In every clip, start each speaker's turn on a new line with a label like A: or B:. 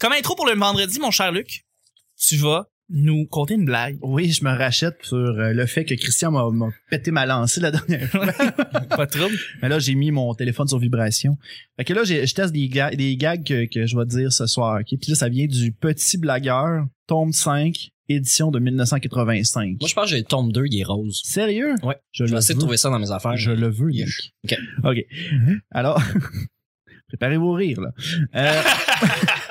A: Comme intro pour le vendredi, mon cher Luc, tu vas nous conter une blague.
B: Oui, je me rachète sur euh, le fait que Christian m'a m'a pété ma lancée la dernière fois.
A: Pas de trouble.
B: Mais là, j'ai mis mon téléphone sur vibration. Fait que là, j'ai- je teste des, ga- des gags que, que je vais dire ce soir. ok? Puis là, ça vient du Petit Blagueur, tome 5, édition de 1985.
C: Moi, je pense que j'ai le tome 2, il est rose.
B: Sérieux?
C: Ouais.
B: Je,
C: Je
B: le
C: vais essayer de
B: veux.
C: trouver ça dans mes affaires.
B: Je le veux, Nick.
C: Yes. Ok.
B: OK. Alors, préparez vos rires, là. Euh,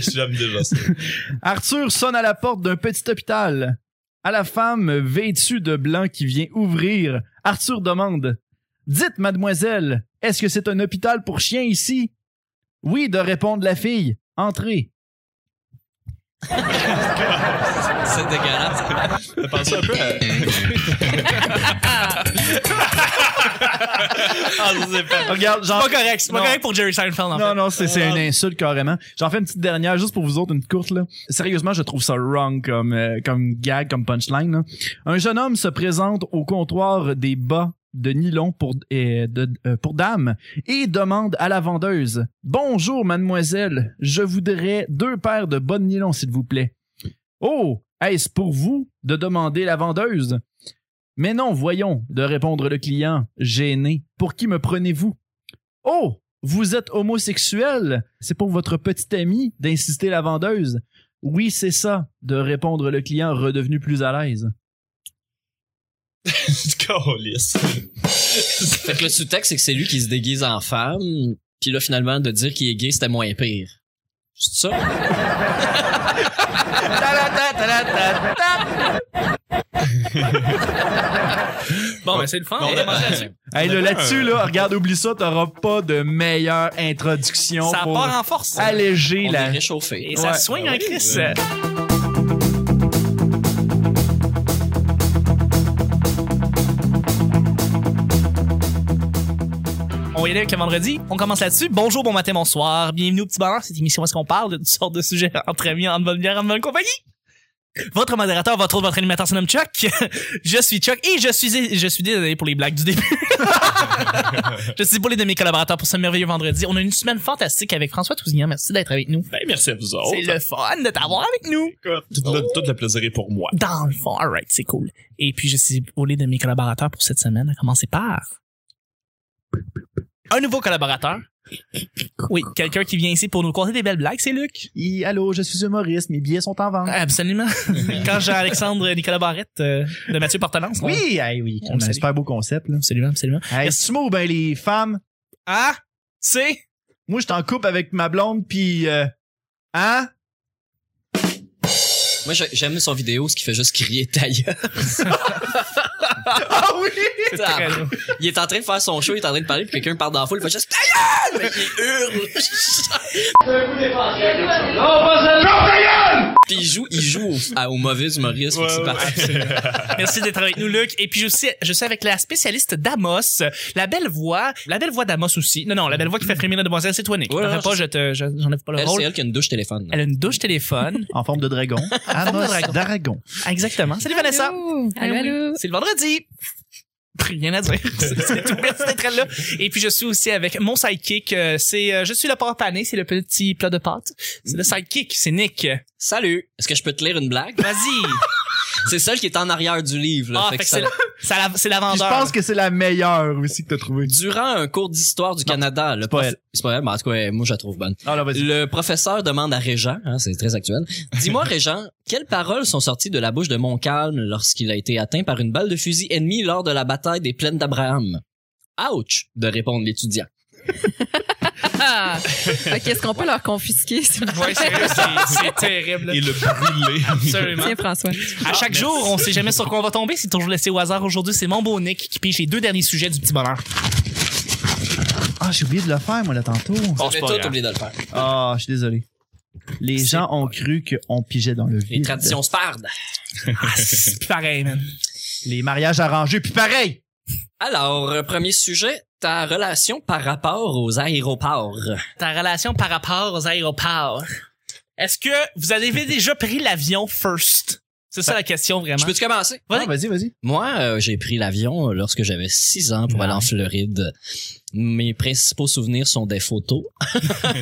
D: J'aime déjà ça.
B: Arthur sonne à la porte d'un petit hôpital. À la femme vêtue de blanc qui vient ouvrir, Arthur demande Dites, mademoiselle, est-ce que c'est un hôpital pour chiens ici Oui, de répondre la fille. Entrez.
C: C'est dégueulasse.
D: Ça pensait un peu à. ah, je sais pas.
B: Regarde,
A: C'est
B: j'en.
A: pas correct. C'est pas
B: Non.
A: correct pour Jerry Seinfeld, en
B: Non,
A: fait.
B: non, c'est c'est une insulte carrément. J'en fais une petite dernière juste pour vous autres, une petite courte là. Sérieusement, je trouve ça wrong comme euh, comme gag, comme punchline. là. Un jeune homme se présente au comptoir des bas de nylon pour et de, euh, pour dames et demande à la vendeuse "Bonjour mademoiselle, je voudrais deux paires de bas de nylon s'il vous plaît." "Oh, est-ce pour vous de demander la vendeuse mais non, voyons, de répondre le client, gêné. Pour qui me prenez-vous? Oh, vous êtes homosexuel? C'est pour votre petit ami d'insister la vendeuse. Oui, c'est ça, de répondre le client redevenu plus à l'aise.
D: Câlisse.
C: Fait que le sous-texte, c'est que c'est lui qui se déguise en femme. Puis là, finalement, de dire qu'il est gay, c'était moins pire. C'est ça?
A: Bon, ben, c'est le fun.
D: Bon,
A: Eh,
D: ben,
A: ben, là-dessus.
B: Hey, là,
D: On a
B: là-dessus,
D: un-
B: là, regarde, oublie ça, t'auras pas de meilleure introduction
A: ça
B: pour
A: part en force.
B: alléger
C: On est
B: la...
C: réchauffé.
A: Et ça
B: Ouais.
A: swing
D: Ah
A: en
D: oui,
A: Chris.
D: oui.
A: On y est avec le vendredi. On commence là-dessus. Bonjour, bon matin, bonsoir. Bienvenue au Petit Bonheur. Cette émission où est-ce qu'on parle de toutes sortes de sujets entre amis, en bonne bière, en bonne compagnie. Votre modérateur, votre autre, votre animateur se nomme Chuck. je suis Chuck et je suis, je suis désolé pour les blagues du début. je suis désolé de mes collaborateurs pour ce merveilleux vendredi. On a une semaine fantastique avec François Tousignan. Merci d'être avec nous.
D: Ben, merci à vous autres.
A: C'est le fun de t'avoir avec nous.
D: Écoute, Tout le, tout le plaisir est pour moi.
A: Dans le fond, alright, c'est cool. Et puis, je suis au lit de mes collaborateurs pour cette semaine, à commencer par un nouveau collaborateur. Oui, quelqu'un qui vient ici pour nous conter des belles blagues, c'est Luc.
B: Hi, allô, je suis humoriste, mes billets sont en vente.
A: Absolument. Quand Jean-Alexandre Nicolas Barrette euh, de Mathieu Portelance. là.
B: oui, hey, oui,
A: On
B: on
A: le
B: a un
A: salue.
B: super beau concept, là.
A: Absolument, absolument.
B: Hey,
A: Merci.
B: tu m'as ou ben les femmes?
A: Ah, c'est...
B: Moi, je t'en coupe avec ma blonde, puis... euh, Hein?
C: Moi, j'ai- j'aime son vidéo, ce qui fait juste crier tailleur.
B: Ah oui!
A: c'est très long.
C: Il est en train de faire son show, il est en train de parler, puis quelqu'un part dans la foule, il fait juste ta gueule! Fait qu'il hurle. Puis il joue, il joue au, à- au mauvais humoriste, fait que c'est
D: Ouais,
C: parfait.
A: Merci d'être avec nous, Luc. Et puis, je suis, je suis avec la spécialiste d'Amos, la belle voix, la belle voix d'Amos aussi. Non, non, la belle voix qui fait frémir la demoiselle, c'est toi, Nick.
C: Ouais,
A: T'en fais
C: non,
A: pas, je
C: je-
A: te, je- j'enlève pas le
C: Elle,
A: rôle.
C: c'est elle qui a une douche téléphone.
A: Elle a une douche téléphone.
B: En forme de dragon.
A: de
B: Amos
A: dragon.
B: d'Aragon.
A: Exactement. Salut Vanessa.
E: Allô, allô,
A: Ah oui. C'est le vendredi. Rien à dire. C'est c'est tout bête d'être là. Et puis je suis aussi avec mon sidekick. euh, C'est, euh, je suis le porc pané. C'est le petit plat de pâtes. C'est le sidekick. C'est Nick.
C: Salut! Est-ce que je peux te lire une blague?
A: Vas-y.
C: C'est celle qui est en arrière du livre. là,
A: Ah,
C: fait
A: fait que
C: que ça-
A: c'est la- c'est la, c'est la
B: Puis
A: vendeur.
B: je pense que c'est la meilleure aussi que t'as trouvée.
C: Durant un cours d'histoire du Canada, le
B: pas
C: prof-
B: elle.
C: c'est pas elle, mais en tout cas, moi je la trouve bonne.
B: Ah, là, vas-y.
C: Le professeur demande à Régent, hein, c'est très actuel. Dis-moi Régent, quelles paroles sont sorties de la bouche de Montcalm lorsqu'il a été atteint par une balle de fusil ennemie lors de la bataille des plaines d'Abraham? Ouch! de répondre l'étudiant.
E: Ah! ok, est-ce qu'on peut leur confisquer? s'il vous plaît?
A: Ouais, sérieux, c'est, c'est terrible.
D: Et le brûlé.
A: Absolument.
E: Tiens, François.
A: À chaque jour, on sait jamais sur quoi on va tomber. C'est toujours laissé au hasard. Aujourd'hui, c'est mon beau Nick qui pige les deux derniers sujets du petit bonheur.
B: Ah, j'ai oublié de le faire, moi, là, tantôt.
D: Bon,
C: J'ai
D: Oh, c'est
C: tout
D: pas grave.
C: oublié de le faire.
B: Ah, je suis désolé. Les gens ont cru qu'on pigeait dans le
C: Les
B: vide.
C: traditions spardes.
A: Ah, c'est pareil, man.
B: Les mariages arrangés, puis pareil!
C: Alors, euh, premier sujet, ta relation par rapport aux aéroports.
A: ta relation par rapport aux aéroports. Est-ce que vous avez déjà pris l'avion first? C'est ça la question, vraiment.
C: Je peux-tu commencer?
A: Vas-y.
B: Ah, vas-y, vas-y.
C: Moi, euh, j'ai pris l'avion lorsque j'avais 6 ans pour aller en Floride. Mes principaux souvenirs sont des photos.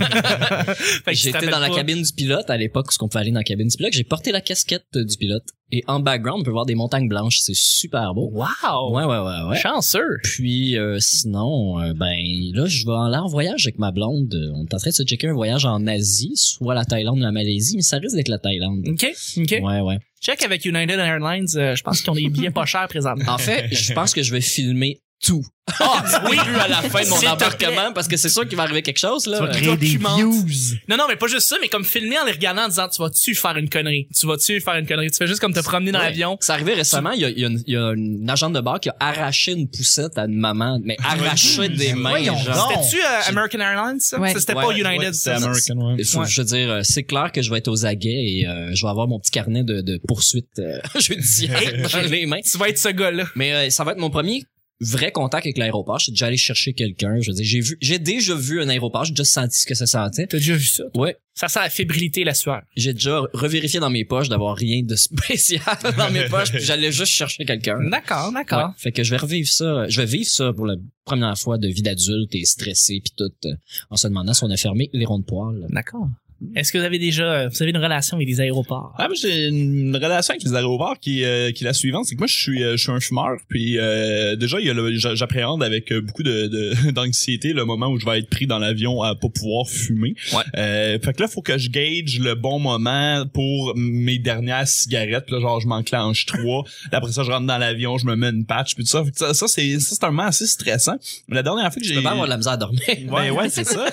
A: Fait que tu te
C: J'étais
A: rappelles
C: dans la
A: pas.
C: cabine du pilote à l'époque où ce qu'on pouvait aller dans la cabine du pilote. J'ai porté la casquette euh, du pilote et en background, on peut voir des montagnes blanches. C'est super beau.
A: Wow!
C: Ouais, ouais, ouais, ouais.
A: Chanceux!
C: Puis euh, sinon, euh, ben là, je vais en aller en voyage avec ma blonde. Euh, On est en train de se checker un voyage en Asie, soit la Thaïlande ou la Malaisie, mais ça risque d'être la Thaïlande.
A: OK, OK.
C: Ouais, ouais.
A: Check avec United Airlines, euh, je pense qu'ils ont des billets pas chers présentement.
C: En fait, je pense que je vais filmer tout.
A: Ah,
C: Oui, à la fin de mon
A: S'il te
C: embarquement, parce que c'est sûr qu'il va arriver quelque chose, là.
A: Tu vas
B: Créer des
A: Documente.
B: views.
A: Non, non, mais pas juste ça, mais comme filmer en les regardant en disant, tu vas-tu faire une connerie? Tu vas-tu faire une connerie? Tu fais juste comme te promener dans
C: Ouais.
A: l'avion.
C: C'est arrivé récemment, il y a, il y a une, il y a une agente de bar qui a arraché une poussette à une maman, mais arraché des
B: Ah,
C: mains,
B: Voyons
C: genre.
B: donc.
A: C'était-tu euh, American Airlines, ça?
E: Ouais.
A: Ça, C'était
C: Ouais,
A: pas
C: ouais,
A: United,
D: C'est
A: ça.
D: American, ouais.
C: Il faut-
A: Ouais.
C: Je veux dire, euh, c'est clair que je vais être aux aguets et euh, je vais avoir mon petit carnet de, de poursuites euh, judiciaires dans les mains.
A: Tu vas être ce gars-là.
C: Mais euh, ça va être mon premier vrai contact avec l'aéroport. J'ai déjà allé chercher quelqu'un. Je veux dire, j'ai vu, j'ai déjà vu un aéroport. J'ai déjà senti ce que ça sentait.
A: T'as déjà vu ça?
C: Ouais.
A: Ça sent la fébrilité, la sueur.
C: J'ai déjà revérifié dans mes poches d'avoir rien de spécial dans mes poches. Puis j'allais juste chercher quelqu'un.
A: D'accord, d'accord.
C: Ouais. Fait que je vais revivre ça. Je vais vivre ça pour la première fois de vie d'adulte et stressé puis tout euh, en se demandant si on a fermé les ronds de poils.
A: D'accord. Est-ce que vous avez déjà, euh, vous avez une relation avec des aéroports?
D: Ah, mais j'ai une relation avec les aéroports qui, euh, qui est la suivante. C'est que moi, je suis, euh, je suis un fumeur. Puis euh, déjà, il y a le- j'a- j'appréhende avec euh, beaucoup de- de- d'anxiété le moment où je vais être pris dans l'avion à pas pouvoir fumer.
A: Ouais.
D: Euh, fait que là, faut que je gauge le bon moment pour mes dernières cigarettes. Là, genre, je m'enclenche trois. Puis Après ça, je rentre dans l'avion, je me mets une patch. Puis tout ça, Fait que ça, ça c'est ça, c'est un moment assez stressant. La dernière fois que j'ai...
C: Je peux pas avoir de la misère à dormir.
D: Ben Ouais, ouais, c'est ça.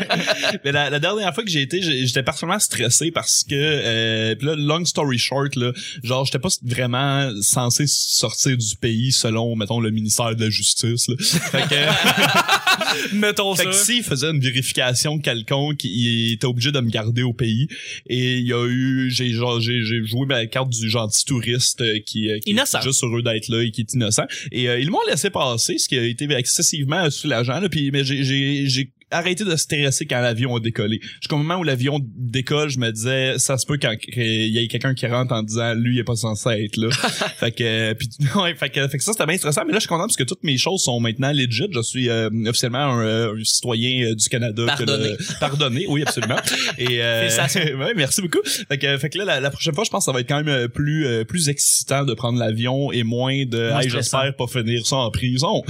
D: Mais la, la dernière fois que j'ai été, j'ai- j'étais particulièrement stressé parce que, euh, pis là, long story short, là, genre, j'étais pas vraiment censé sortir du pays selon, mettons, le ministère de la Justice. Là. Fait que,
A: Mettons
D: fait que s'il faisait une vérification quelconque, il était obligé de me garder au pays. Et il y a eu, j'ai genre, j'ai j'ai joué ma carte du gentil touriste euh, qui, euh, qui
A: Innocent.
D: est juste heureux d'être là et qui est innocent. Et euh, ils m'ont laissé passer, ce qui a été excessivement soulageant. Là, puis, mais j'ai- j'ai j'ai arrêté de stresser quand l'avion a décollé. Jusqu'au moment où l'avion décolle, je me disais, ça se peut quand il y a quelqu'un qui rentre en disant, lui, il est pas censé être là. fait que, euh, puis, ouais, fait que, fait que ça, c'était bien stressant. Mais là, je suis content parce que toutes mes choses sont maintenant legit. Je suis euh, officiellement un, euh, un citoyen euh, du Canada. que le-
C: Pardonné.
D: pardonné, oui, absolument. et, euh,
A: Félicitations.
D: ouais, merci beaucoup. Fait que, fait que là, la, la prochaine fois, je pense que ça va être quand même euh, plus, euh, plus excitant de prendre l'avion et moins de,
B: Moins
D: hey,
B: stressant.
D: j'espère pas finir ça en prison.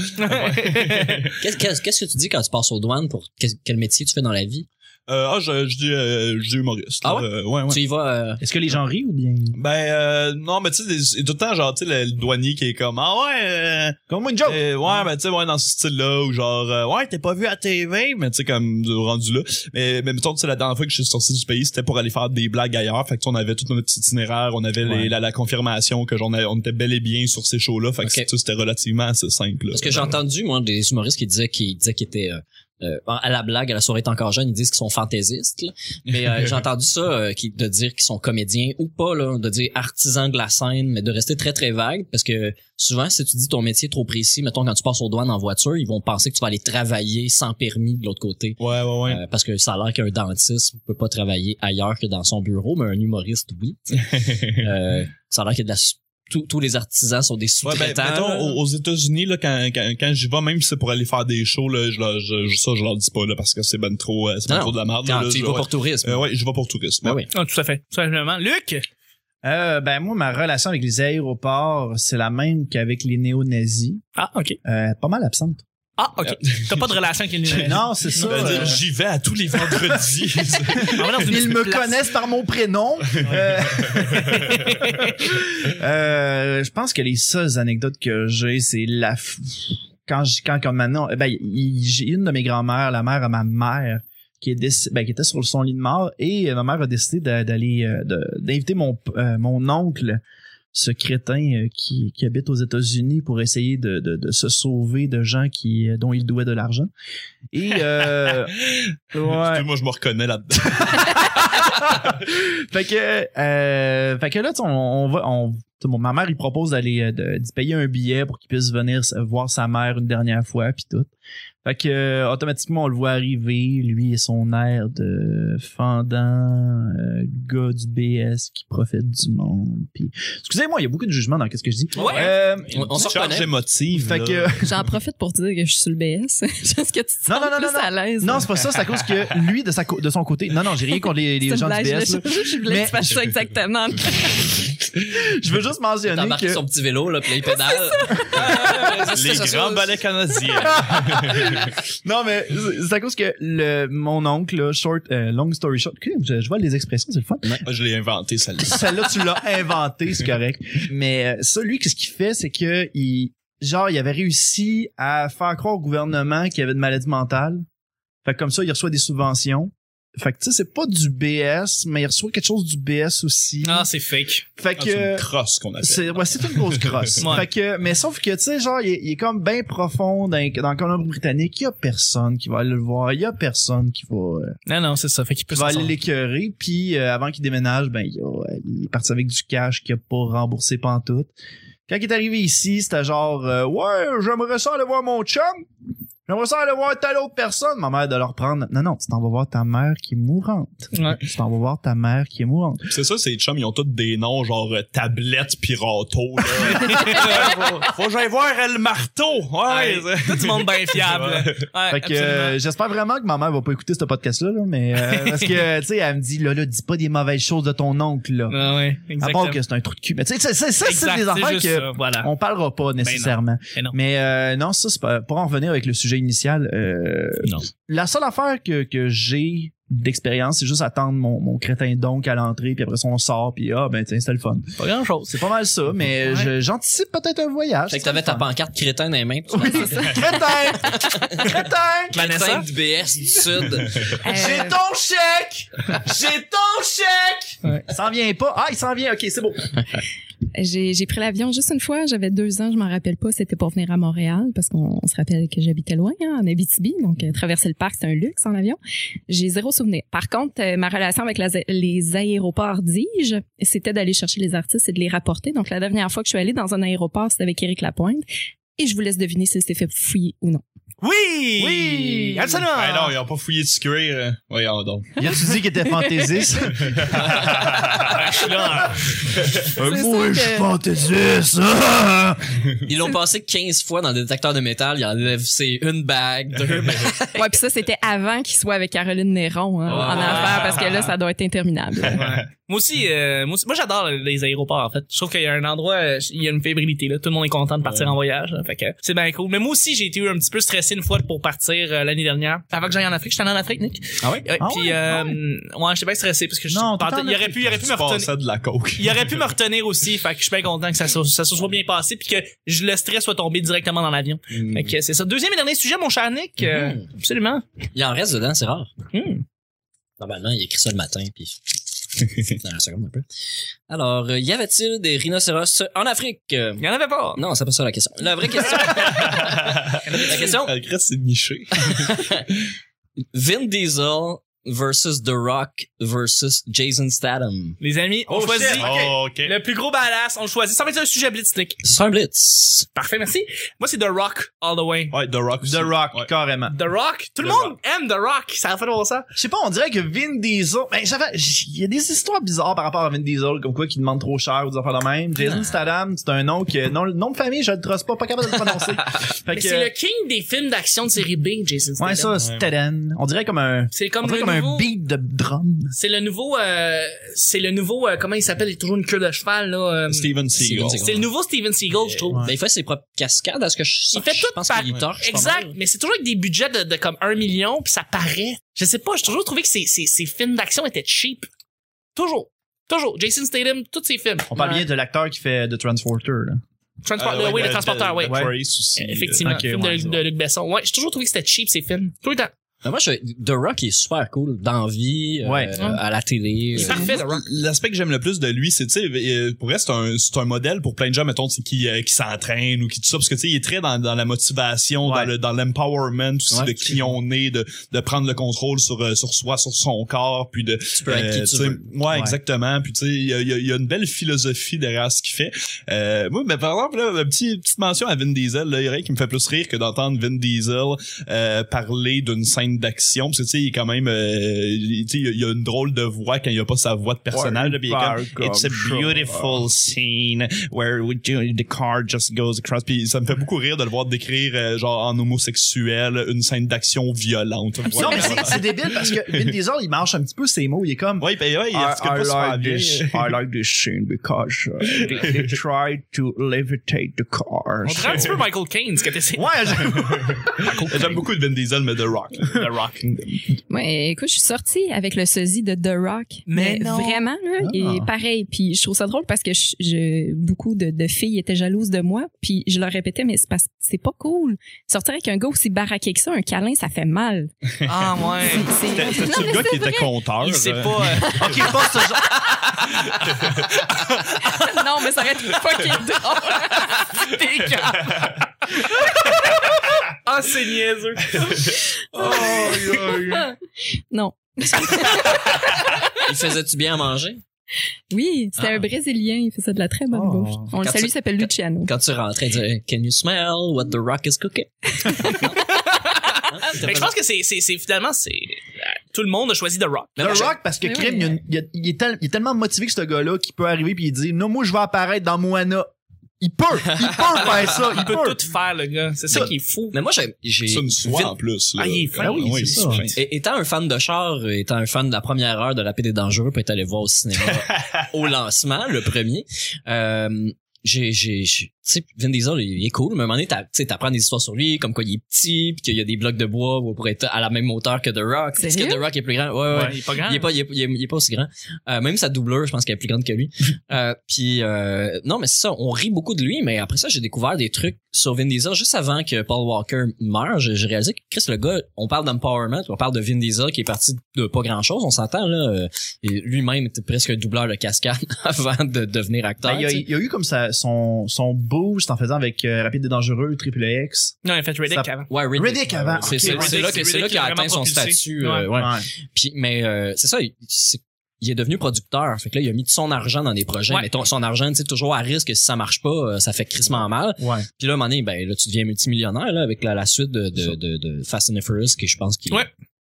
C: Qu'est-ce- Qu'est-ce qu'est-ce que tu dis quand tu passes aux douanes pour qu'est- quel métier tu fais dans la vie?
D: Euh, ah, je, je dis, euh, je dis humoriste.
C: Ah
D: là. Euh, ouais, ouais.
C: Tu y vas... euh,
B: Est-ce que les gens rient ou bien?
D: Ben euh, non mais tu sais des- tout le temps genre tu sais le, le douanier qui est comme ah ouais euh,
B: Comme une joke.
D: euh,
C: Hein?
D: ouais mais tu sais ouais dans ce style là ou genre euh, ouais t'es pas vu à TV mais tu sais comme du- rendu là mais mais mettons tu sais la dernière fois que je suis sorti du pays c'était pour aller faire des blagues ailleurs fait que tu sais, on avait tout notre petit itinéraire on avait les-
B: Ouais.
D: la, la confirmation que j'en avais- on était bel et bien sur ces shows là fait que
C: Ok.
D: tu sais, c'était relativement assez simple là.
C: Parce que j'ai entendu, moi, des humoristes qui disaient qu'ils disaient qu'ils étaient... euh, euh, à la blague, à la soirée t'es encore jeune, ils disent qu'ils sont fantaisistes. là. Mais euh, j'ai entendu ça, euh, qui- de dire qu'ils sont comédiens ou pas, là, de dire artisans de la scène, mais de rester très très vague, parce que souvent, si tu dis ton métier trop précis, mettons quand tu passes aux douanes en voiture, ils vont penser que tu vas aller travailler sans permis de l'autre côté.
D: ouais ouais ouais
C: Euh, parce que ça a l'air qu'un dentiste peut pas travailler ailleurs que dans son bureau, mais un humoriste, oui. tu sais. Euh, ça a l'air que de la sous- tous- tous les artisans sont des
D: Ouais, ben,
C: sous-traitants.
D: mettons,
C: là.
D: aux aux États-Unis, là, quand, quand, quand j'y vais, même si c'est pour aller faire des shows, là, je, leur- je, je- ça, je leur dis pas, là, parce que c'est ben trop, euh, c'est ben
C: Non,
D: trop de la merde.
C: Quand
D: là,
C: tu y
D: je-
C: vas
D: ouais.
C: pour tourisme.
D: Euh, ouais, je vais pour tourisme.
C: Ben
D: ouais.
C: oui.
A: Ah, tout à fait. Tout simplement. Luc!
B: Euh, ben moi, ma relation avec les aéroports, c'est la même qu'avec les néo-nazis.
A: Ah, OK.
B: Euh, pas mal absente.
A: Ah, OK. T'as pas de relation avec les
B: non, c'est ça.
D: Ben,
B: euh,
D: dire, J'y vais à tous les vendredis.
B: Ils me connaissent par mon prénom. Euh, euh, je pense que les seules anecdotes que j'ai, c'est la f- quand je, quand comme maintenant, ben il- j'ai une de mes grand-mères, la mère à ma mère, qui est déc- ben, qui était sur son lit de mort et euh, ma mère a décidé d'a- d'aller euh, de- d'inviter mon p- euh, mon oncle ce crétin euh, qui, qui habite aux États-Unis pour essayer de, de, de se sauver de gens qui euh, dont il douait de l'argent. Et euh, ouais.
D: Écoutez, Moi, je me reconnais là-dedans.
B: fait que euh, fait que là tu sais, on, on va on Tu sais, mon- ma mère, il propose d'aller euh, de- d'y payer un billet pour qu'il puisse venir s- voir sa mère une dernière fois, puis tout. Fait que, euh, automatiquement, on le voit arriver, lui et son air de fendant, euh, gars du BS qui profite du monde. Puis, excusez-moi, il y a beaucoup de jugements dans qu'est-ce que je dis.
A: Ouais.
B: Euh,
C: On, on se
D: charge
C: reconnaît.
D: émotive.
B: fait
D: là.
B: que,
E: J'en profite pour dire que je suis sur le BS. Est-ce que tu te sens
B: Non, non, non,
E: plus
B: non, non.
E: à l'aise?
B: non, c'est pas ça, c'est à cause que lui, de, sa co- de son côté, non, non, j'ai rien contre les, les
E: C'est une
B: gens du
E: blague,
B: BS.
E: Je
B: là.
E: voulais- je voulais que
B: Mais-
E: tu fasses ça exactement.
B: Je veux juste
C: T'as
B: mentionner
C: embarqué
B: que.
C: son petit vélo, là, puis là, il pédale. Ah, ça, ça,
D: Les
C: ça, ça,
D: grands
C: ça.
D: ballets canadiens.
B: Non, mais c'est c'est à cause que le, mon oncle, là, short, euh, long story short, que- je, je vois les expressions, c'est le fun.
D: Moi, je l'ai inventé, celle-là.
B: Celle-là, tu l'as inventée, c'est correct. Mais euh, ça, lui, qu'est-ce qu'il fait, c'est que il, genre, il avait réussi à faire croire au gouvernement qu'il avait une maladie mentale. Fait que comme ça, il reçoit des subventions. Fait que tu sais, c'est pas du BS, mais il reçoit quelque chose du BS aussi.
A: Ah, c'est fake.
B: fait
D: Ah,
B: que
D: C'est une crosse qu'on appelle.
B: c'est ouais, c'est une grosse grosse.
A: Ouais.
B: Fait que mais sauf que tu sais genre il, est- il est comme bien profond dans, dans le Colombe britannique, il y a personne qui va aller le voir, il y a personne qui va euh,
A: Non, non, c'est ça. Fait qu'il peut
B: qui va
A: s'en
B: aller l'écœurer puis euh, avant qu'il déménage ben il, a- il est parti avec du cash qu'il a pas remboursé pantoute. Quand il est arrivé ici, c'était genre euh, ouais, j'aimerais ça aller voir mon chum. J'aimerais ça aller voir telle autre personne. Ma mère de leur prendre. Non, non, tu t'en vas voir ta mère qui est mourante.
A: Ouais.
B: Tu t'en vas voir ta mère qui est mourante.
D: C'est ça, ces chums, ils ont tous des noms genre euh, tablette pis râteau. là. faut, faut que j'aille voir El Marteau. Ouais.
A: Ah, Ouais, Tout le monde bien fiable. Ouais,
B: Fait que
A: absolument.
B: euh, j'espère vraiment que ma mère va pas écouter ce podcast-là, là, mais euh, parce que tu sais, elle me dit là, là, dis pas des mauvaises choses de ton oncle là.
A: Ah ouais,
B: À
A: exactement.
B: part que c'est un trou de cul. Mais tu sais, c'est- c'est- ça, c'est
A: Exact,
B: des affaires
A: juste
B: que
A: ça, voilà.
B: on parlera pas nécessairement.
A: Ben non.
B: Mais euh, non, ça, c'est pas, pour en revenir avec le sujet initial, euh,
A: Non.
B: la seule affaire que, que j'ai d'expérience, c'est juste attendre mon, mon crétin donc à l'entrée, puis après ça, on sort, puis ah, ben tiens, c'était le fun.
A: Pas grand chose.
B: C'est pas mal ça, mais
A: Ouais.
B: je- j'anticipe peut-être un voyage.
C: Fait que
B: c'est
C: t'avais
B: le
C: ta
B: fun.
C: pancarte crétin dans les mains.
B: Oui, crétin! crétin!
A: Vanessa?
C: Crétin du BS du Sud.
E: Euh,
B: ton chèque! J'ai ton chèque! Il s'en vient pas. Ah, il s'en vient. OK, c'est beau.
E: J'ai j'ai pris l'avion juste une fois, j'avais deux ans, je m'en rappelle pas, c'était pour venir à Montréal, parce qu'on on se rappelle que j'habitais loin, hein, en Abitibi, donc euh, traverser le parc, c'est un luxe en avion. J'ai zéro souvenir. Par contre, euh, ma relation avec la- les aéroports d'Ige, c'était d'aller chercher les artistes et de les rapporter. Donc, la dernière fois que je suis allée dans un aéroport, c'était avec Éric Lapointe, et je vous laisse deviner s'il s'était fait fouiller ou non.
A: Oui!
B: Oui!
A: Absolument!
D: Ben non, ils ont pas fouillé du cuir. euh. Voyons donc.
B: Il a-tu dit qu'il était fantaisiste?
E: C'est
B: Oui,
E: sûr
B: je
E: que-
B: suis fantaisiste! Ah!
C: Ils l'ont passé 15 fois dans le détecteur de métal. Ils enlèvent, c'est une bague, deux bagues.
E: Ouais, puis ça, c'était avant qu'il soit avec Caroline Néron hein, en
C: Ouais.
E: affaires, parce que là, ça doit être interminable.
A: Moi aussi, euh, moi, aussi- moi j'adore les aéroports en fait. Je trouve qu'il y a un endroit, euh, il y a une fébrilité là. Tout le monde est content de partir en voyage. là. Fait que c'est bien cool. Mais moi aussi j'ai été un petit peu stressé une fois pour partir euh, l'année dernière. Avant que j'aille en Afrique, j'étais allé en Afrique, Nick.
B: Ah ouais?
A: Ouais, puis euh, ouais, j'étais bien stressé parce que je
B: Non, t'étais en
A: il aurait
B: Afrique.
A: pu, il aurait pu
D: Tu
A: me retenir.
D: passais de la coke.
A: Il aurait pu me retenir aussi, fait que je suis bien content que ça, se- ça se soit bien passé puis que je le stress soit tombé directement dans l'avion.
D: Hmm.
A: Fait que c'est ça. Deuxième et dernier sujet, mon cher Nick. euh,
B: Mm-hmm.
A: Absolument.
C: Il en reste dedans, c'est rare.
A: Hmm.
C: Normalement, il écrit ça le matin, puis... Dans la seconde, un peu. Alors, euh, y avait-il des rhinocéros en Afrique? Euh,
A: Il y en avait pas.
C: Non, c'est pas ça la question. La vraie question... la question...
D: Malgré Ah, c'est niché.
C: Vin Diesel versus The Rock versus Jason Statham.
A: Les amis, on
D: Oh,
A: choisit
D: shit. Oh, ok.
A: le plus gros badass, on le choisit. Ça va être un sujet blitz, Nick.
C: C'est un blitz.
A: Parfait, merci. Moi, c'est The Rock all the way.
D: Ouais, The Rock. aussi.
B: The Rock,
D: Ouais.
B: carrément.
A: The Rock. Tout le
D: The
A: monde aime The Rock. Ça a fait bon ça.
B: Je sais pas, on dirait que Vin Diesel... Ben, j'avais- j- il y a des histoires bizarres par rapport à Vin Diesel, comme quoi qu'il demande trop cher ou des affaires de même.
A: Ah.
B: Jason Statham, c'est un nom que... Non, le nom de famille, je le trosse pas, pas capable de le prononcer. Fait
A: Mais
B: que-
A: c'est le king des films d'action de série B, Jason Statham.
B: Ouais, ça, Statham. On dirait comme un...
A: C'est
B: On
A: comme
B: dirait
A: le
B: comme un
A: nouveau...
B: beat de drum.
A: C'est le nouveau... euh, c'est le nouveau... euh, comment il s'appelle? Il a toujours une queue de cheval, là. euh,
D: Steven Seagal.
C: Steven Seagal.
A: C'est le nouveau Steven Seagal, je trouve.
B: Ouais.
C: Ben, il fait ses propres cascades à ce que je
A: Il fait
C: je
A: tout
C: pense
A: par-
C: qu'il torche. pas
A: Exact,
C: mal.
A: mais c'est toujours avec des budgets de, de comme 1 million, puis ça paraît. Je sais pas, j'ai toujours trouvé que ces, ces, ces films d'action étaient cheap. Toujours. Toujours. Jason Statham, tous ses films.
B: On parle
A: Ouais.
B: bien de l'acteur qui fait The Transporter. Là.
A: Transport-
D: Euh, ouais,
A: oui,
D: de-
A: le transporteur,
D: de-
A: oui.
D: de Trace aussi. euh,
A: Effectivement,
B: Ok,
A: film de,
B: ouais,
A: Luc-
B: c'est
A: de Luc Besson. Ouais, j'ai toujours trouvé que c'était cheap ces films. Tout le temps.
C: Mais Ben, moi, je, The Rock est super cool dans vie, euh,
B: Ouais.
C: à la télé.
A: C'est
C: euh,
A: parfait, The Rock.
D: L'aspect que j'aime le plus de lui, c'est, tu sais, euh, pour vrai, c'est un, c'est un modèle pour plein de gens, mettons, tu sais, qui, euh, qui s'entraînent ou qui tout ça, parce que, tu sais, il est très dans, dans la motivation,
B: Ouais.
D: dans le, dans l'empowerment aussi
C: Ouais.
D: de qui on est, de, de prendre le contrôle sur, euh, sur soi, sur son corps, puis de,
C: tu peux être qui
D: euh,
C: tu
D: tu sais,
C: veux.
D: ouais, exactement. Puis tu sais, il y a, il y a- il y a une belle philosophie derrière ce qu'il fait. Euh, moi, ben, par exemple, là, une petite, petite mention à Vin Diesel. Là, il y a rien qui me fait plus rire que d'entendre Vin Diesel euh, parler d'une scène d'action. Parce que tu sais, il est quand même, euh, il- tu sais, il y a- il y a une drôle de voix quand il n'y a pas sa voix de personnage. là, puis il est comme, It's a beautiful scene where we do- the car just goes across. Puis ça me fait beaucoup rire de le voir décrire euh, genre en homosexuel une scène d'action violente.
B: Non,
D: Ouais,
B: mais c'est c'est débile parce que Vin Diesel, il marche un petit peu ses mots. Il est comme.
D: ouais, ben, ouais, il articule pas super bien.
B: I like this scene because uh, they, they tried to levitate the cars.
A: On dirait un petit peu Michael Caine, ce que t'essaies.
B: Ouais, je-
D: J'aime beaucoup Vin Diesel, mais The Rock. The Rock.
E: Ouais, écoute, je suis sortie avec le sosie de The Rock.
A: Mais non.
E: vraiment, là, et
B: Ah.
E: pareil. Puis je trouve ça drôle parce que je, je- beaucoup de, de filles étaient jalouses de moi. Puis je leur répétais, mais c'est parce- c'est pas cool. Sortir avec un gars aussi baraqué que ça, un câlin, ça fait mal.
A: Ah, ouais.
E: C'est-
D: C'était
E: non,
D: c'était-tu
E: mais
D: le gars
E: c'est
D: qui était
E: vrai.
D: compteur.
A: Il sait
D: euh,
A: pas. euh, Ok, pas ce genre.
E: non, mais ça aurait été fucking drôle.
A: T'es capable. Ah, c'est niaiseux.
E: Non.
C: Il faisait-tu bien à manger?
E: Oui, c'était
C: Ah.
E: un Brésilien. Il faisait de la très bonne
B: Oh.
E: bouffe. On le
C: Quand
E: salue,
C: tu-
E: il s'appelle Luciano.
C: Quand tu rentrais, il disait, Can you smell what the rock is cooking? Hein, t'as
A: Fait que je
C: pas-
A: pense que c'est, c'est, c'est finalement, c'est. euh, Tout le monde a choisi The Rock.
C: Mais moi,
B: The
C: je-
B: Rock, parce que
E: Mais
B: Crime,
E: oui.
B: il, y a une- il y a- il est tel- il est tellement motivé que ce gars-là qu'il peut arriver puis il dit Non, moi, je vais apparaître dans Moana. Il peut, il peut faire ça, il
A: Il peut
B: peut.
A: tout faire, le gars. C'est Ah. ça
B: Ça-
A: qui est fou.
C: Mais moi, j'ai, j'ai-
D: C'est une soie
C: Vin-
D: en plus. là.
A: Ah, il est fin,
D: Ah
A: oui,
B: c'est ça.
D: il est fin.
C: Et- Étant un fan de char, euh, étant un fan de la première heure de La paix des dangereux, peut être allé voir au cinéma au lancement, le premier. Euh, j'ai, j'ai, j'ai- tu sais, Vin Diesel, il est cool, mais à un moment donné, t'as- tu sais, t'apprends des histoires sur lui, comme quoi il est petit, puis qu'il y a des blocs de bois où il pourrait être à la même hauteur que The Rock. Parce que
E: Sérieux?
C: The Rock est plus grand. Ouais, ouais.
A: Ouais, il est pas grand.
C: Il est pas, il est, il est- il est pas aussi grand. Euh, même sa doubleur, je pense qu'elle est plus grande que lui. Euh, puis euh, non, mais c'est ça. On rit beaucoup de lui, mais après ça, j'ai découvert des trucs sur Vin Diesel juste avant que Paul Walker meure. J'ai j'ai réalisé que Chris, le gars, on parle d'empowerment, on parle de Vin Diesel qui est parti de pas grand chose. On s'entend là. euh, et Lui-même était presque un doubleur de cascade avant de devenir acteur.
B: Ben, il, y a,
C: tu sais.
B: il y a eu comme ça, son, son boost en faisant avec euh, Rapide et Dangereux, Triple X.
A: Non, il a fait Riddick
B: Ça-
A: avant.
C: Ouais, Riddick.
B: Riddick avant.
C: C'est
B: Ok,
C: c'est-
B: Riddick,
C: c'est là que
A: c'est
C: c'est là
A: Riddick
C: qu'il a
A: qui a
C: atteint
A: vraiment
C: son
A: propulsé.
C: statut. euh, ouais.
B: Ouais.
C: Puis, mais euh, c'est ça, il, c'est- il est devenu producteur. Fait que là, il a mis de son argent dans des projets.
A: Ouais.
C: Mais ton- son argent, tu sais, toujours à risque. Si ça marche pas, euh, ça fait crissement mal.
B: Ouais.
C: Puis là, à un moment donné, ben, là, tu deviens multimillionnaire là, avec la, la suite de, de, de, de Fast and the Furious, qui je pense qui
A: Ouais.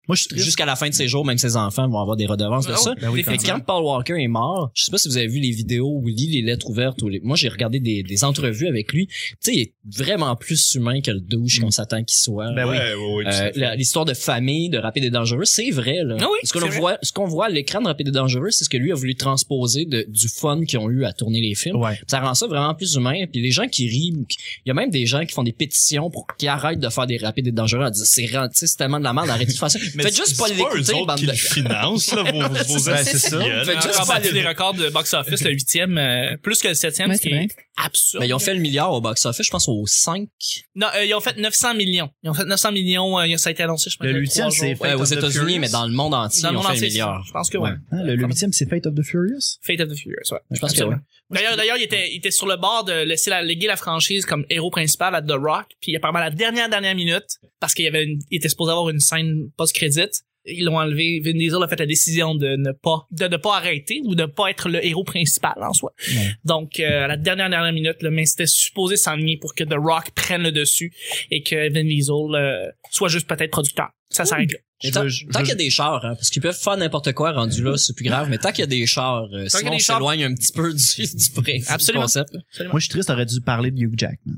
B: Moi, je suis triste.
C: jusqu'à la fin de ses jours, même ses enfants vont avoir des redevances de
A: Ah,
C: ça.
A: oui,
B: Ben oui,
C: Fait que quand Paul Walker est mort, je sais pas si vous avez vu les vidéos où il lit les lettres ouvertes. Ou les... Moi, j'ai regardé des, des entrevues avec lui. Tu sais, il est vraiment plus humain que le
A: Mm.
C: douche qu'on s'attend qu'il soit.
B: Ben oui.
D: Ouais, ouais, ouais, tout
C: Euh,
D: ça.
C: la- l'histoire de famille de Rapide et Dangereux, c'est vrai. Là.
A: Ah oui,
C: ce qu'on
A: c'est
C: a
A: vrai.
C: voit, ce qu'on voit à l'écran de Rapide et Dangereux, c'est ce que lui a voulu transposer de, du fun qu'ils ont eu à tourner les films.
B: Ouais.
C: Ça rend ça vraiment plus humain. Puis les gens qui rient, ou qui- il y a même des gens qui font des pétitions pour qu'ils arrêtent de faire des Rapides et Dangereux. en disant, C'est rend- tu sais, c'est tellement de la merde, arrêtez de faire ça.
D: Mais
C: Faites juste
D: c'est
C: pas
D: eux
C: l'écouter,
D: autres
C: bande
D: qui
C: de...
D: le financent, là, vos, vos
B: Ben, c'est ça.
D: assiduels.
A: Il
C: Fait que
A: a
C: juste
A: encore
C: pas
A: battu
C: aller-
A: des records de box-office, le huitième, euh, plus que le septième,
E: Ouais,
A: ce qui
E: c'est vrai.
A: est absurde.
C: Mais ils ont fait le milliard au box-office, je pense, aux 5.
A: Non, euh, ils ont fait 900 millions. Ils ont fait 900 millions, euh, ça a été annoncé, je pense.
B: Le
A: il y a
B: huitième,
A: trois jours.
B: c'est Fate
C: Ouais, aux
B: of the Furious.
C: États-Unis, mais dans le monde entier,
A: Dans le
C: ils ont
A: monde
C: fait le
A: entier,
C: milliard.
A: Je pense que ouais.
B: Hein, le huitième, c'est Fate of the Furious?
A: Fate of the Furious, ouais.
C: Je pense que
A: Absolument.
C: oui.
A: D'ailleurs, d'ailleurs, il était, il était sur le bord de laisser la, léguer la franchise comme héros principal à The Rock, puis apparemment à la dernière dernière minute, parce qu'il y avait, une- il était supposé avoir une scène post-crédit, ils l'ont enlevé. Vin Diesel a fait la décision de ne pas, de ne pas arrêter ou de ne pas être le héros principal en soi.
B: Ouais.
A: Donc euh, à la dernière dernière minute, là, mais c'était supposé s'enligner pour que The Rock prenne le dessus et que Vin Diesel euh, soit juste peut-être producteur. Ça s'arrête là.
C: Mais
B: Je
C: tant
B: veux- je- je-
C: tant qu'il y a des chars, hein, parce qu'ils peuvent faire n'importe quoi rendu là, c'est plus grave, mais tant qu'il y a des chars,
A: qu'il
C: euh,
A: y a
C: sinon
A: des
C: on
A: chars-
C: s'éloigne un petit peu du, du principe,
A: Absolument.
C: du concept.
B: Moi, je suis triste, t'aurais dû parler de Hugh Jackman.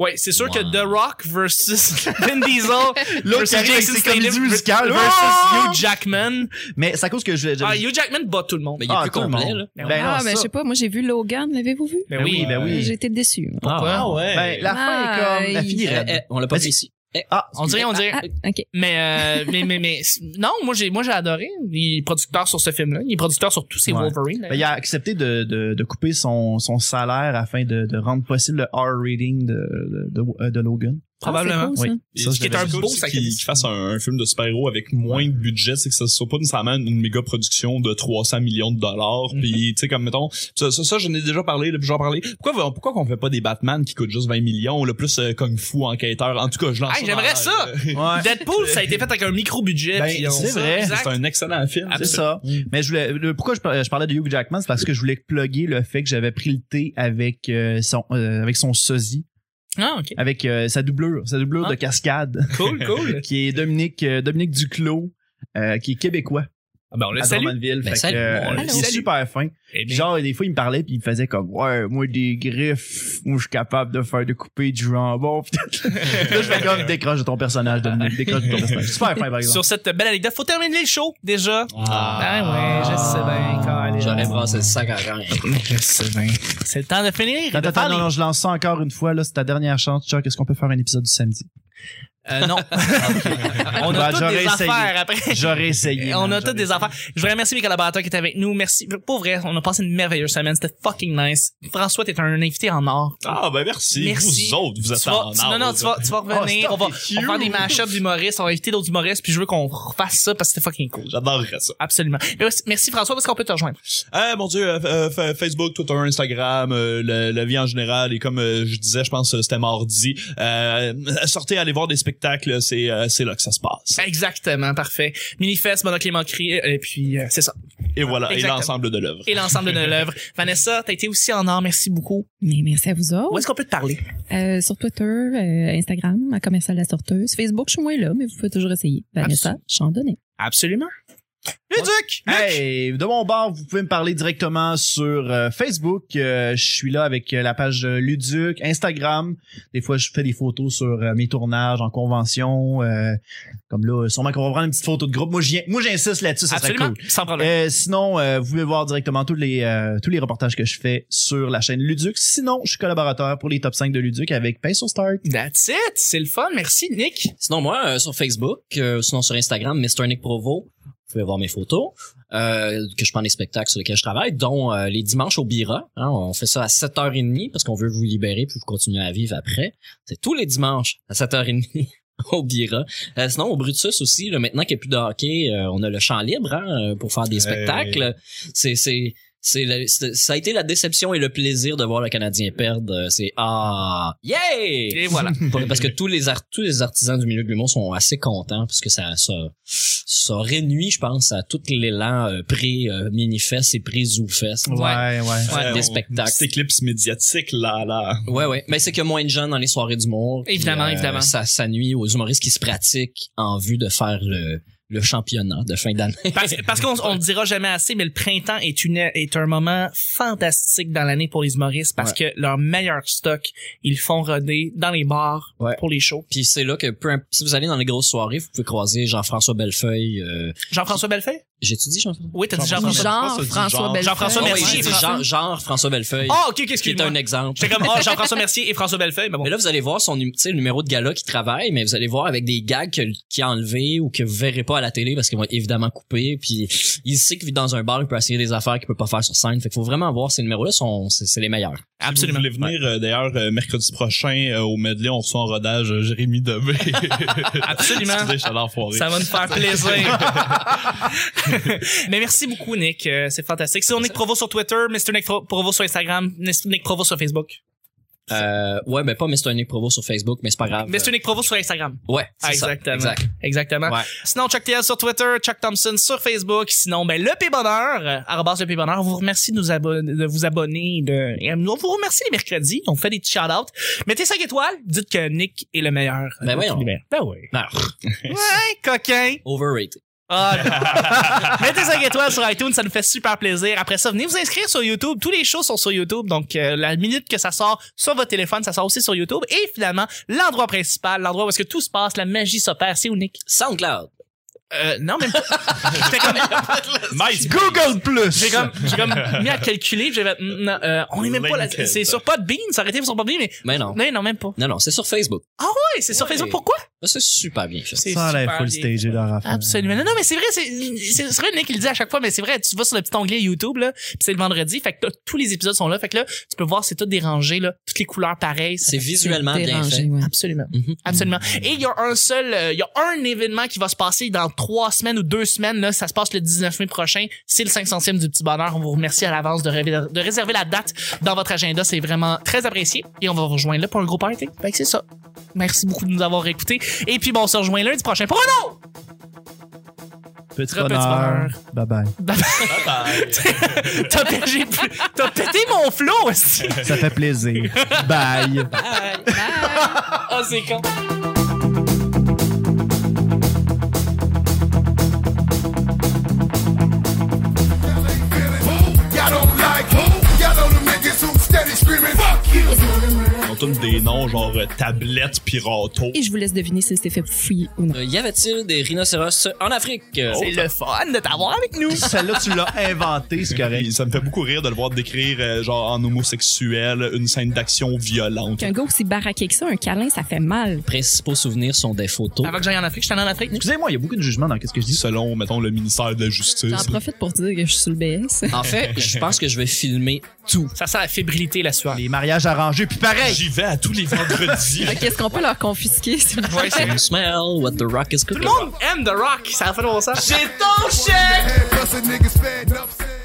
A: Ouais, c'est sûr que
C: Wow.
A: The Rock versus Vin Diesel
B: L'autre
A: versus
B: qui arrive avec
A: Jason
B: ses
A: Statham
B: comédies musicales.
A: versus
B: Ah!
A: Hugh Jackman.
B: Mais c'est à cause que je. je-
A: Ah, Hugh Jackman bat tout le monde.
C: Mais il est
B: Ah,
C: plus
B: tout le
C: complet,
B: monde.
C: là.
A: Ben
B: Ben non,
E: ah, ben
B: ça-
E: je sais pas. Moi, j'ai vu Logan. L'avez-vous vu?
A: Ben oui,
B: ben
E: Euh,
B: oui.
E: J'ai été déçue. moi.
D: Ah ouais.
B: Ben, la fin est comme. La
E: Aïe.
B: fille est
C: Eh,
B: raide.
C: eh, on l'a pas
B: Vas-y.
C: dit ici.
B: Ah,
A: On dirait, on dirait.
E: Ah, OK.
A: Mais, euh, mais, mais, mais, non, moi, j'ai, moi, j'ai adoré. Il est producteur sur ce film-là. Il est producteur sur tous ces
B: Ouais.
A: Wolverine.
B: Ben, il a accepté de, de, de couper son, son salaire afin de, de rendre possible le R-rating de, de, de, euh, de Logan.
A: Probablement.
E: Ah, c'est cool,
A: Ça,
D: ce
A: je
D: qui est
A: l'avais
D: un
A: vu.
D: beau c'est qu'il qu'il fasse un, un film de super-héros avec moins de budget, c'est que ce soit pas nécessairement une méga production de 300 millions de dollars.
A: Mhm.
D: Puis tu sais comme mettons, ça, ça, ça, j'en ai déjà parlé, là, puis j'en parlais. Pourquoi pourquoi qu'on fait pas des Batman qui coûtent juste 20 millions, le plus euh, Kung Fu enquêteur. En tout cas, je lance.
A: Hey,
D: dans
A: j'aimerais
D: l'air,
A: ça!
D: euh,
B: Ouais.
A: Deadpool, ça a été fait avec un micro-budget.
D: Ben,
A: puis on-
B: c'est vrai.
A: Exact.
D: C'est un excellent film.
B: C'est ça. Mais je voulais, le- pourquoi je, par- je parlais de Hugh Jackman, c'est parce que je voulais plugger le fait que j'avais pris le thé avec euh, son euh, avec son sosie,
A: Ah, ok.
B: avec euh, sa doublure, sa doublure
A: Ah.
B: de cascade,
A: Cool, cool.
B: qui est Dominique euh, Dominique Duclos, euh, qui est québécois
A: Ah, ben, on le
B: à
A: salue.
B: Drummondville.
C: Ben,
B: Fait que,
C: salut.
B: euh,
A: On
E: le
B: il est
A: salue.
B: super fin.
A: Eh bien,
B: Genre, des fois, il me parlait puis il me faisait comme, ouais, moi, des griffes, moi, je suis capable de faire de couper du jambon. Puis tout. là, je fais comme, décroche de ton personnage, Dominique, décroche de ton personnage. Super fin, par exemple.
A: sur cette belle anecdote, faut terminer le show, déjà.
C: Ah,
A: Ben ouais, je sais bien, Colin.
C: J'aurais brassé le sac à rien.
A: C'est le temps de finir. et de
B: Attends, attends,
A: parler.
B: non, non, je lance ça encore une fois, là, c'est ta dernière chance, Chuck. Est-ce qu'on peut faire un épisode du samedi?
A: Euh, non. on a
B: Ben,
A: toutes
B: j'aurais
A: des
B: essayé.
A: affaires après.
B: J'aurais essayé.
A: on
B: man,
A: a
B: j'aurais
A: toutes des
B: essayé.
A: affaires. Je voudrais remercier mes collaborateurs qui étaient avec nous. Merci. Pour vrai, on a passé une merveilleuse semaine. C'était fucking nice. François, t'es un invité en or.
D: Ah ben merci.
A: Merci.
D: Vous autres, vous êtes
A: Tu vas-
D: en
A: tu- non, non,
D: ordre.
A: tu vas, tu vas revenir.
B: Oh,
A: on va,
B: stop,
A: on va faire des mashups d'humoristes. On va inviter d'autres humoristes. Puis je veux qu'on refasse ça parce que c'était fucking cool.
D: J'adorerais ça.
A: Absolument. Merci, merci François parce qu'on peut te rejoindre.
D: Ah mon dieu, euh, euh, fa- Facebook, Twitter, Instagram, euh, la, la vie en général et comme euh, je disais, je pense euh, c'était mardi. Euh, sortez, allez voir des spectacles, c'est euh, c'est là que ça se passe.
A: Exactement. Parfait. Minifest, Monocle et Moquerie, euh, Et puis, euh, c'est ça.
D: Et voilà,
A: Exactement.
D: et l'ensemble de l'œuvre.
A: Et l'ensemble de l'œuvre. Vanessa, t'as été aussi en or. Merci beaucoup.
E: Mais merci à vous
A: Où
E: autres.
A: est-ce qu'on peut te parler?
E: Euh, sur Twitter, euh, Instagram, à Commercial La Sorteuse. Facebook, je suis moins là, mais vous pouvez toujours essayer. Vanessa Chandonnet.
A: Absolument. Luduc!
B: Hey, de mon bord, vous pouvez me parler directement sur euh, Facebook. Euh, je suis là avec euh, la page euh, Luduc, Instagram. Des fois, je fais des photos sur euh, mes tournages en convention. euh, comme là, sûrement qu'on va prendre une petite photo de groupe. Moi, j'y- moi, j'insiste là-dessus, ça serait
A: Absolument.
B: cool.
A: Sans problème.
B: Euh, sinon, euh, vous pouvez voir directement tous les, euh, tous les reportages que je fais sur la chaîne Luduc. Sinon, je suis collaborateur pour les top 5 de Luduc avec Pain sur Start.
A: That's it. C'est le fun. Merci, Nick.
C: Sinon, moi, euh, sur Facebook, euh, sinon sur Instagram, Mr. Nick Provo, vous pouvez voir mes photos, euh, que je prends des spectacles sur lesquels je travaille, dont euh, les dimanches au Bira. hein, on fait ça à 7h30 parce qu'on veut vous libérer puis vous continuer à vivre après. C'est tous les dimanches à 7h30 au Bira. Euh, sinon, au Brutus aussi, là, maintenant qu'il n'y a plus de hockey, euh, on a le champ libre hein, euh, pour faire des spectacles. C'est... c'est c'est le- c'est- ça a été la déception et le plaisir de voir le Canadien perdre. Euh, C'est ah, yeah!
A: Et voilà.
C: Pour- parce que tous les art- tous les artisans du milieu de l'humour sont assez contents parce que ça ça ça réunit je pense à tout l'élan euh, pré euh, minifest et pré zoofest
A: Ouais.
B: ouais.
A: Ouais,
C: des spectacles.
D: Cette Euh, éclipse médiatique là là.
C: ouais ouais mais c'est qu'il y a moins de gens dans les soirées d'humour Puis, euh,
A: Évidemment, évidemment.
C: ça ça nuit aux humoristes qui se pratiquent en vue de faire le le championnat de fin d'année
A: Parce, parce qu'on on le dira jamais assez, mais le printemps est, une, est un moment fantastique dans l'année pour les humoristes parce que leur meilleur stock, ils le font roder dans les bars
C: Ouais.
A: pour les shows.
C: puis c'est là que peu imp- si vous allez dans les grosses soirées vous pouvez croiser Jean-François Bellefeuille euh,
A: Jean-François Bellefeuille?
C: j'ai-tu dit Jean-François
A: Oui, t'as dit Jean-François.
D: Jean-
E: Genre François Bellefeuille.
A: Jean-François,
C: Oh, oui,
A: merci.
C: j'ai dit
A: François.
C: genre, genre François Bellefeuille
A: Ah, ok, ok,
C: qui est
A: excuse-moi.
C: un exemple
A: J'étais comme, oh, Jean-François Mercier et François Bellefeuille, mais bon.
C: Mais là, vous allez voir son num- tu sais, le numéro de gala qui travaille, mais vous allez voir avec des gags que- qu'il a enlevés ou que vous verrez pas à la télé parce qu'ils vont être évidemment coupés. Puis il sait que dans un bar, il peut essayer des affaires qu'il peut pas faire sur scène. Fait qu'il faut vraiment voir ces numéros-là, sont c'est c'est les meilleurs.
A: Absolument.
D: Si vous voulez venir euh, d'ailleurs euh, mercredi prochain euh, au medley, on reçoit en rodage euh, Jérémy Debé.
A: Absolument.
D: Excusez, je suis allé en foirer.
A: Ça va nous faire plaisir. Mais merci beaucoup, Nick. Euh, C'est fantastique. Sinon, Nick Provo sur Twitter, Mr. Nick Pro- Provo sur Instagram, Nick Provo sur Facebook.
C: Euh, ouais, mais pas Mr. Nick Provo sur Facebook, mais c'est pas grave.
A: Mr. Nick Provo sur Instagram.
C: Ouais, c'est ça.
A: Exactement.
C: Exact.
A: Exactement.
C: Ouais.
A: Sinon, Chuck TL sur Twitter, Chuck Thompson sur Facebook. Sinon, ben, le P Bonheur, euh, arrobas le P Bonheur, on vous remercie de, nous abon- de vous abonner. De... et, euh, on vous remercie les mercredis. On fait des petits shout-outs. Mettez 5 étoiles. Dites que Nick est le meilleur.
C: Ben
A: Euh,
C: voyons.
A: le meilleur. Ben oui.
C: Non,
A: Ouais, coquin.
C: overrated.
A: Ah, non. Mettez 5 étoiles sur iTunes, ça nous fait super plaisir. Après ça, venez vous inscrire sur YouTube. Tous les shows sont sur YouTube. Donc, euh, la minute que ça sort sur votre téléphone, ça sort aussi sur YouTube. Et finalement, l'endroit principal, l'endroit où est-ce que tout se passe, la magie s'opère, c'est où, Nick?
C: SoundCloud.
A: Euh, non, même pas. J'étais comme,
B: Google Plus!
A: j'ai comme, j'ai comme mis à calculer, puis j'avais, mm, non, euh, on est même pas là,
D: Lincoln.
A: c'est sur Podbean, ça aurait été sur Podbean, mais,
C: Mais non.
A: non, non, même pas.
C: Non, non, c'est sur Facebook.
A: Ah ouais, Ouais, c'est sur
C: Ouais.
A: Facebook. Pourquoi?
C: Ça, C'est super bien fait.
A: C'est
B: Ça a l'air
A: super
B: full
A: bien.
B: stagé, leur affaire.
A: Absolument. Non, non, mais c'est vrai, c'est, c'est c'est vrai, Nick, il le dit à chaque fois, mais c'est vrai, tu vas sur le petit onglet YouTube, là, pis c'est le vendredi, fait que t'as- tous les épisodes sont là, fait que là, tu peux voir, c'est tout dérangé, là, toutes les couleurs pareilles.
C: C'est visuellement bien
E: Dérangé,
C: fait.
E: ouais.
A: Absolument.
C: Mhm.
A: Absolument. Et il y a un seul, euh, il y a un événement qui va se passer dans trois semaines ou deux semaines, là, ça se passe le 19 mai prochain. C'est le 500e du Petit Bonheur. On vous remercie à l'avance de, révé- de réserver la date dans votre agenda. C'est vraiment très apprécié. Et on va vous rejoindre là pour un gros party. Fait que c'est ça. Merci beaucoup de nous avoir écoutés. Et puis, bon, on se rejoint lundi prochain pour un autre!
B: Petit
A: Très petit
B: bonheur.
A: bonheur.
B: Bye bye.
A: T'as pé- j'ai pu- t'as pété mon flow aussi.
B: Ça fait plaisir. bye.
A: Ah, c'est con.
F: Y'all don't like who? Y'all know them niggas who steady screaming, fuck you!
D: Ils ont tous des noms genre euh, tablette pis râteau.
E: Et je vous laisse deviner si c'est fait fouiller ou non.
C: Euh, y avait-il des rhinocéros en Afrique? Oh.
A: C'est le fun de t'avoir avec nous.
B: Celle-là, tu l'as inventée, c'est correct.
D: Et Ça me fait beaucoup rire de le voir décrire euh, genre en homosexuel une scène d'action violente.
E: Qu'un gars aussi baraqué que ça, un câlin, ça fait mal.
C: Principaux souvenirs sont des photos.
A: Avant que j'aille en Afrique, je suis allé en Afrique. Nick.
B: Excusez-moi, il y a beaucoup de jugements dans ce que je dis.
D: Selon, mettons, le ministère de la Justice.
E: J'en profite pour dire que je suis sur le BS.
A: ben.
C: En fait, je pense que je vais filmer tout.
A: Ça sent la fébrilité, la sueur.
B: Les mariages arrangés, puis pareil.
D: J'y vais à tous les vendredis.
E: Fait Qu'est-ce qu'on peut leur confisquer? s'il vous
A: Ouais,
E: plaît?
A: c'est-
C: Smell what the rock is
A: Tout
C: cooking.
A: le monde aime The Rock. Ça a fait longtemps. J'ai ton chèque!
F: Head bustin' niggas fed up, said.